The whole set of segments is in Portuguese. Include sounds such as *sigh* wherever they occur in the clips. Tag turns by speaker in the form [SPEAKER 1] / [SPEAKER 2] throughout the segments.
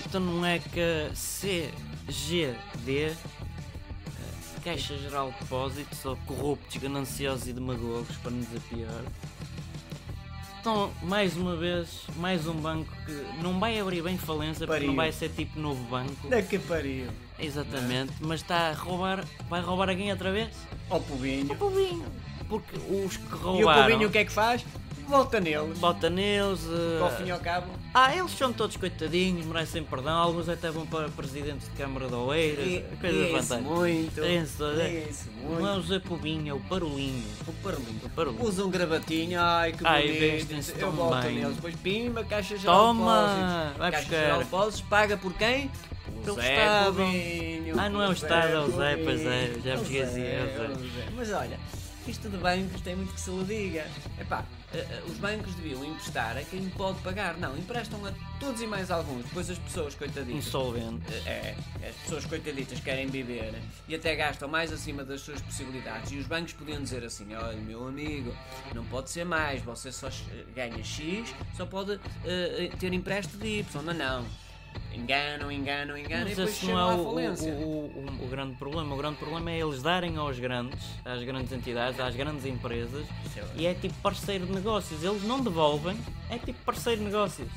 [SPEAKER 1] estou num ECA CGD, eh, Caixa Geral de Depósitos, ou corruptos, gananciosos e demagogos, para não dizer pior. Então, mais uma vez, mais um banco que não vai abrir bem falência, porque
[SPEAKER 2] Pariu.
[SPEAKER 1] não vai ser tipo novo banco.
[SPEAKER 2] Da é que pariu.
[SPEAKER 1] Exatamente, mas está a roubar, vai roubar alguém outra vez?
[SPEAKER 2] Ao povinho.
[SPEAKER 1] O povinho. Porque os que
[SPEAKER 2] E o
[SPEAKER 1] roubaram,
[SPEAKER 2] povinho o que é que faz? Volta neles.
[SPEAKER 1] bota neles, eh,
[SPEAKER 2] Ao fim e ao cabo.
[SPEAKER 1] Ah, eles são todos coitadinhos, merecem perdão. Alguns até vão para presidente de Câmara de Oeiras, coisas
[SPEAKER 2] Ri-se
[SPEAKER 1] fantásticas.
[SPEAKER 2] muito.
[SPEAKER 1] Ri-se toda.
[SPEAKER 2] Ri-se
[SPEAKER 1] Não é o
[SPEAKER 2] muito.
[SPEAKER 1] Zé Povinho, é o Parolinho.
[SPEAKER 2] O
[SPEAKER 1] O
[SPEAKER 2] parlinho.
[SPEAKER 1] Parolinho.
[SPEAKER 2] Usa um gravatinho, ai que
[SPEAKER 1] Ai,
[SPEAKER 2] bonito.
[SPEAKER 1] vestem-se
[SPEAKER 2] Eu
[SPEAKER 1] tão
[SPEAKER 2] volto
[SPEAKER 1] bem.
[SPEAKER 2] neles. Depois pimba, caixa geral de
[SPEAKER 1] Toma!
[SPEAKER 2] depósitos.
[SPEAKER 1] Vai
[SPEAKER 2] caixa
[SPEAKER 1] buscar.
[SPEAKER 2] geral de depósitos, paga por quem?
[SPEAKER 1] Pelo
[SPEAKER 2] Zé
[SPEAKER 1] Estado.
[SPEAKER 2] Povinho,
[SPEAKER 1] Ah, não é o
[SPEAKER 2] pelo
[SPEAKER 1] Estado, é o Zé,
[SPEAKER 2] Povinho.
[SPEAKER 1] pois é, já me
[SPEAKER 2] É o
[SPEAKER 1] esqueci,
[SPEAKER 2] Zé,
[SPEAKER 1] é o Zé.
[SPEAKER 2] é o Zé. Mas olha, isto tudo bem, mas tem muito que se lhe diga. Epá, eh, eh, os bancos deviam emprestar a quem pode pagar. Não, emprestam a todos e mais alguns. Depois as pessoas, coitadinhas.
[SPEAKER 1] Insolvente.
[SPEAKER 2] É, as pessoas coitaditas querem viver e até gastam mais acima das suas possibilidades. E os bancos podiam dizer assim: olha, meu amigo, não pode ser mais, você só eh, ganha X, só pode eh, eh, ter empréstimo de Y. Não, não. Enganam, enganam, enganam e
[SPEAKER 1] Mas
[SPEAKER 2] depois
[SPEAKER 1] esse
[SPEAKER 2] chegam
[SPEAKER 1] não é
[SPEAKER 2] à
[SPEAKER 1] o,
[SPEAKER 2] falência.
[SPEAKER 1] o- o- o- o grande problema. O grande problema é eles darem aos grandes, às grandes entidades, às grandes empresas,
[SPEAKER 2] Isso é verdade.
[SPEAKER 1] e é tipo parceiro de negócios. Eles não devolvem, é tipo parceiro de negócios.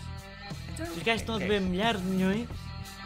[SPEAKER 2] Então,
[SPEAKER 1] Os gajos estão a
[SPEAKER 2] ok.
[SPEAKER 1] dever milhares de milhões,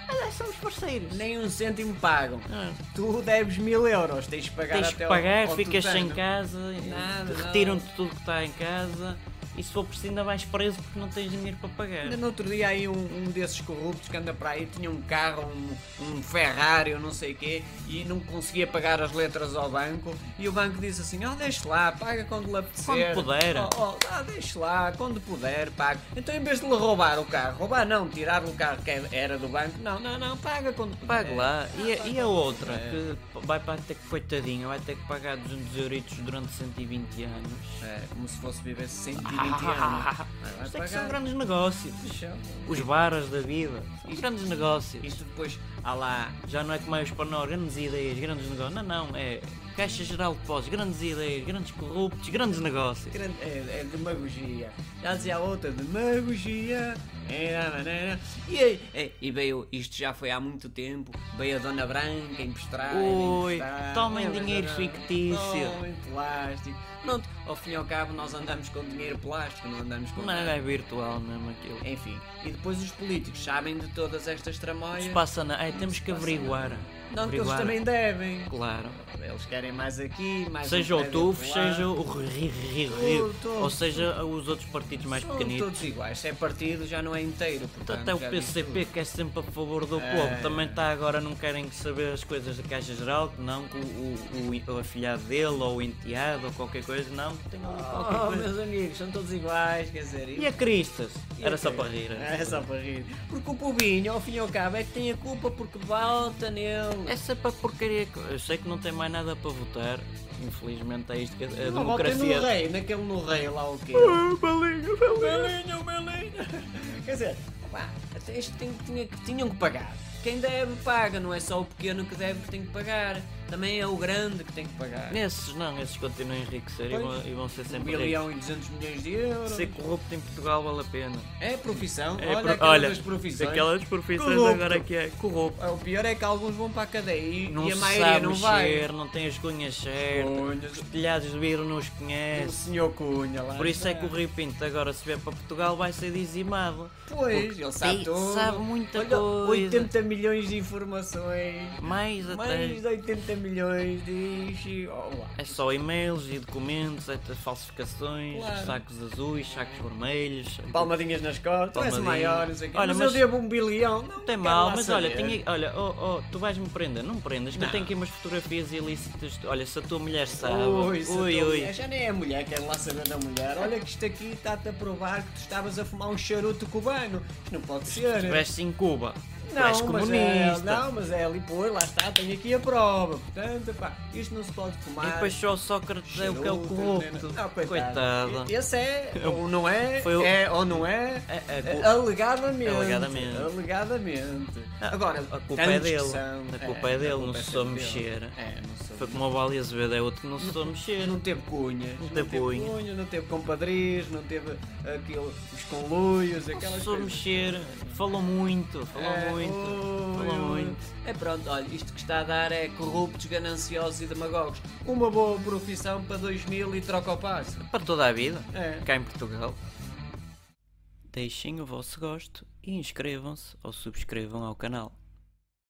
[SPEAKER 1] mas é, somos parceiros.
[SPEAKER 2] Nem um cêntimo pagam.
[SPEAKER 1] Ah.
[SPEAKER 2] Tu deves mil euros, tens de pagar
[SPEAKER 1] Tens
[SPEAKER 2] até
[SPEAKER 1] que
[SPEAKER 2] ao-
[SPEAKER 1] pagar,
[SPEAKER 2] ao
[SPEAKER 1] ficas sem
[SPEAKER 2] tutano.
[SPEAKER 1] casa,
[SPEAKER 2] é? Nada,
[SPEAKER 1] retiram-te tudo que está em casa e se for preciso ainda vais preso porque não tens dinheiro para pagar.
[SPEAKER 2] Ainda no outro dia aí um, um desses corruptos que anda para aí tinha um carro, um, um Ferrari ou não sei o quê e não conseguia pagar as letras ao banco e o banco disse assim, ó deixa lá, paga quando lhe apetecer.
[SPEAKER 1] Quando puder.
[SPEAKER 2] Ó, ó, ah, deixa lá, quando puder, paga. Então em vez de lhe roubar o carro, roubar não, tirar o carro que é, era do banco, não, não, não, paga quando puder.
[SPEAKER 1] Pago lá. E, a- e a outra
[SPEAKER 2] É.
[SPEAKER 1] que vai para ter que coitadinha, vai ter que pagar 200 euritos durante 120 anos.
[SPEAKER 2] É, como se fosse viver
[SPEAKER 1] *laughs*
[SPEAKER 2] 120 *laughs* anos.
[SPEAKER 1] Ah,
[SPEAKER 2] Vai, vai
[SPEAKER 1] Isto é que são
[SPEAKER 2] pagar.
[SPEAKER 1] grandes negócios. Os baras da vida são grandes negócios.
[SPEAKER 2] Isto depois, ah lá,
[SPEAKER 1] Já não é como é os pornó, grandes ideias, grandes negócios. Não, não, é Caixa Geral de Pós, grandes ideias, grandes corruptos, grandes negócios.
[SPEAKER 2] Grande- É, é demagogia. Já dizia a outra, demagogia. Era, era, era. E, aí- é, e veio, isto já foi há muito tempo, veio a Dona Branca emprestar.
[SPEAKER 1] Ui,
[SPEAKER 2] emprestar,
[SPEAKER 1] tomem
[SPEAKER 2] lembra-se
[SPEAKER 1] dinheiro
[SPEAKER 2] da-
[SPEAKER 1] fictício.
[SPEAKER 2] Tomem plástico. Pronto, ao fim e ao cabo nós andamos com dinheiro plástico, não andamos com
[SPEAKER 1] Não
[SPEAKER 2] nada.
[SPEAKER 1] é virtual mesmo aquilo.
[SPEAKER 2] Enfim, e depois os políticos sabem de todas estas
[SPEAKER 1] se
[SPEAKER 2] tramóias.
[SPEAKER 1] passa na. É, temos que
[SPEAKER 2] passa
[SPEAKER 1] averiguar.
[SPEAKER 2] Não, que eles
[SPEAKER 1] Averiguar.
[SPEAKER 2] também devem.
[SPEAKER 1] Claro.
[SPEAKER 2] Eles querem mais aqui, mais um
[SPEAKER 1] Seja o
[SPEAKER 2] prédio
[SPEAKER 1] TUF,
[SPEAKER 2] lá.
[SPEAKER 1] seja o RI, RI,
[SPEAKER 2] Tudo, tudo.
[SPEAKER 1] ou seja os outros partidos mais
[SPEAKER 2] São
[SPEAKER 1] pequeninos.
[SPEAKER 2] todos iguais, se é partido já não é inteiro. Portanto,
[SPEAKER 1] Até o
[SPEAKER 2] já diz tudo. É.
[SPEAKER 1] PCP, que é sempre a favor do povo, também está agora, não querem saber as coisas da Caixa Geral, que não, que o, o, o, o afilhado dele, ou o enteado, ou qualquer coisa, não, que tem ali qualquer
[SPEAKER 2] *laughs* Oh,
[SPEAKER 1] coisa.
[SPEAKER 2] meus amigos, são todos iguais, quer dizer.
[SPEAKER 1] E a Cristas?
[SPEAKER 2] e
[SPEAKER 1] Era
[SPEAKER 2] a
[SPEAKER 1] só
[SPEAKER 2] quê?
[SPEAKER 1] para rir.
[SPEAKER 2] É só para rir. Porque o povinho, ao fim e ao cabo, é que tem a culpa porque volta nele.
[SPEAKER 1] Essa é para porcaria. que- Eu sei que não tem mais nada para votar, infelizmente é isto que a, a
[SPEAKER 2] Não, voltem
[SPEAKER 1] democracia.
[SPEAKER 2] no rei, naquele no rei lá o quê?
[SPEAKER 1] Balinho,
[SPEAKER 2] O Belinho, o Belinho. *laughs* Quer dizer, pá, até isto tem, tinha, que- tinham que pagar. Quem deve paga, não é só o pequeno que deve que tem que pagar. Também é o grande que tem que pagar.
[SPEAKER 1] Nesses não, esses continuam a enriquecer e vão,
[SPEAKER 2] Pois.
[SPEAKER 1] e vão ser
[SPEAKER 2] Um
[SPEAKER 1] sempre ricos.
[SPEAKER 2] bilhão e 200 milhões de euros.
[SPEAKER 1] Ser corrupto em Portugal vale a pena.
[SPEAKER 2] É profissão.
[SPEAKER 1] É
[SPEAKER 2] olha,
[SPEAKER 1] pro-
[SPEAKER 2] aquelas das profissões.
[SPEAKER 1] aquelas profissões
[SPEAKER 2] Corrupto.
[SPEAKER 1] agora que é corrupto.
[SPEAKER 2] Ah, O pior é que alguns vão para a cadeia e,
[SPEAKER 1] Não
[SPEAKER 2] e a
[SPEAKER 1] se
[SPEAKER 2] maioria
[SPEAKER 1] sabe
[SPEAKER 2] não vai.
[SPEAKER 1] mexer, não tem as cunhas certas,
[SPEAKER 2] Cunhas,
[SPEAKER 1] os telhados de vidro não os
[SPEAKER 2] o
[SPEAKER 1] conhece.
[SPEAKER 2] senhor Cunha lá.
[SPEAKER 1] Por isso é
[SPEAKER 2] está.
[SPEAKER 1] que o Rio Pinto agora se vier para Portugal vai ser dizimado.
[SPEAKER 2] Pois, ele sabe
[SPEAKER 1] Sim,
[SPEAKER 2] tudo.
[SPEAKER 1] sabe muita
[SPEAKER 2] Olha,
[SPEAKER 1] coisa.
[SPEAKER 2] 80 milhões de informações.
[SPEAKER 1] Mais
[SPEAKER 2] Mais de
[SPEAKER 1] até.
[SPEAKER 2] 80 milhões de. Oh, lá.
[SPEAKER 1] É só e-mails e documentos, é falsificações,
[SPEAKER 2] Claro.
[SPEAKER 1] sacos azuis, sacos vermelhos.
[SPEAKER 2] Palmadinhas nas costas. Tu és o
[SPEAKER 1] Palmadinha.
[SPEAKER 2] maior, não sei o quê.
[SPEAKER 1] Olha,
[SPEAKER 2] mas,
[SPEAKER 1] mas-
[SPEAKER 2] eu devo um bilhão. Não
[SPEAKER 1] Tem
[SPEAKER 2] quero
[SPEAKER 1] mal,
[SPEAKER 2] lá
[SPEAKER 1] mas olha,
[SPEAKER 2] saber.
[SPEAKER 1] tinha, olha, oh, oh, tu vais-me prender, não me prendas, que
[SPEAKER 2] Não.
[SPEAKER 1] eu tenho aqui umas fotografias ilícitas. Olha, se a tua mulher sabe.
[SPEAKER 2] Ui, se a tua
[SPEAKER 1] ui,
[SPEAKER 2] mulher- Já nem é mulher, quero lá saber da mulher. Olha que isto aqui está-te a provar que tu estavas a fumar um charuto cubano. Isto não pode ser.
[SPEAKER 1] Estiveste em Cuba. Tu és
[SPEAKER 2] mas
[SPEAKER 1] comunista.
[SPEAKER 2] é, não, mas é ali, pô, lá está, tenho aqui a prova. Portanto, pá, isto não se pode fumar.
[SPEAKER 1] E depois só o Sócrates é o que é o
[SPEAKER 2] charuto,
[SPEAKER 1] corrupto.
[SPEAKER 2] não, coitado.
[SPEAKER 1] Coitado.
[SPEAKER 2] Esse é, ou não é,
[SPEAKER 1] Foi o-
[SPEAKER 2] é ou não é,
[SPEAKER 1] É, é, cu-
[SPEAKER 2] alegadamente.
[SPEAKER 1] Alegadamente.
[SPEAKER 2] Alegadamente.
[SPEAKER 1] Ah,
[SPEAKER 2] Agora,
[SPEAKER 1] a culpa
[SPEAKER 2] tanta
[SPEAKER 1] é dele.
[SPEAKER 2] discussão,
[SPEAKER 1] A
[SPEAKER 2] é,
[SPEAKER 1] culpa é dele,
[SPEAKER 2] culpa
[SPEAKER 1] não
[SPEAKER 2] é
[SPEAKER 1] se soube
[SPEAKER 2] sempre
[SPEAKER 1] mexer.
[SPEAKER 2] dele. É, não soube
[SPEAKER 1] Foi como o Bali Azevedo, é outro que não se soube mexer.
[SPEAKER 2] Não teve cunhas, não, teve
[SPEAKER 1] cunha.
[SPEAKER 2] cunhas, não teve compadrias, não teve aquilo, os conluios,
[SPEAKER 1] Não
[SPEAKER 2] aquelas
[SPEAKER 1] se soube
[SPEAKER 2] coisas.
[SPEAKER 1] mexer. Falou muito, falou
[SPEAKER 2] É,
[SPEAKER 1] muito.
[SPEAKER 2] ui,
[SPEAKER 1] falou
[SPEAKER 2] ui.
[SPEAKER 1] muito.
[SPEAKER 2] É pronto, olha, isto que está a dar é corruptos, gananciosos e demagogos. Uma boa profissão para 2000 e troca o passo.
[SPEAKER 1] Para toda a vida,
[SPEAKER 2] É.
[SPEAKER 1] cá em Portugal. Deixem o vosso gosto e inscrevam-se ou subscrevam ao canal.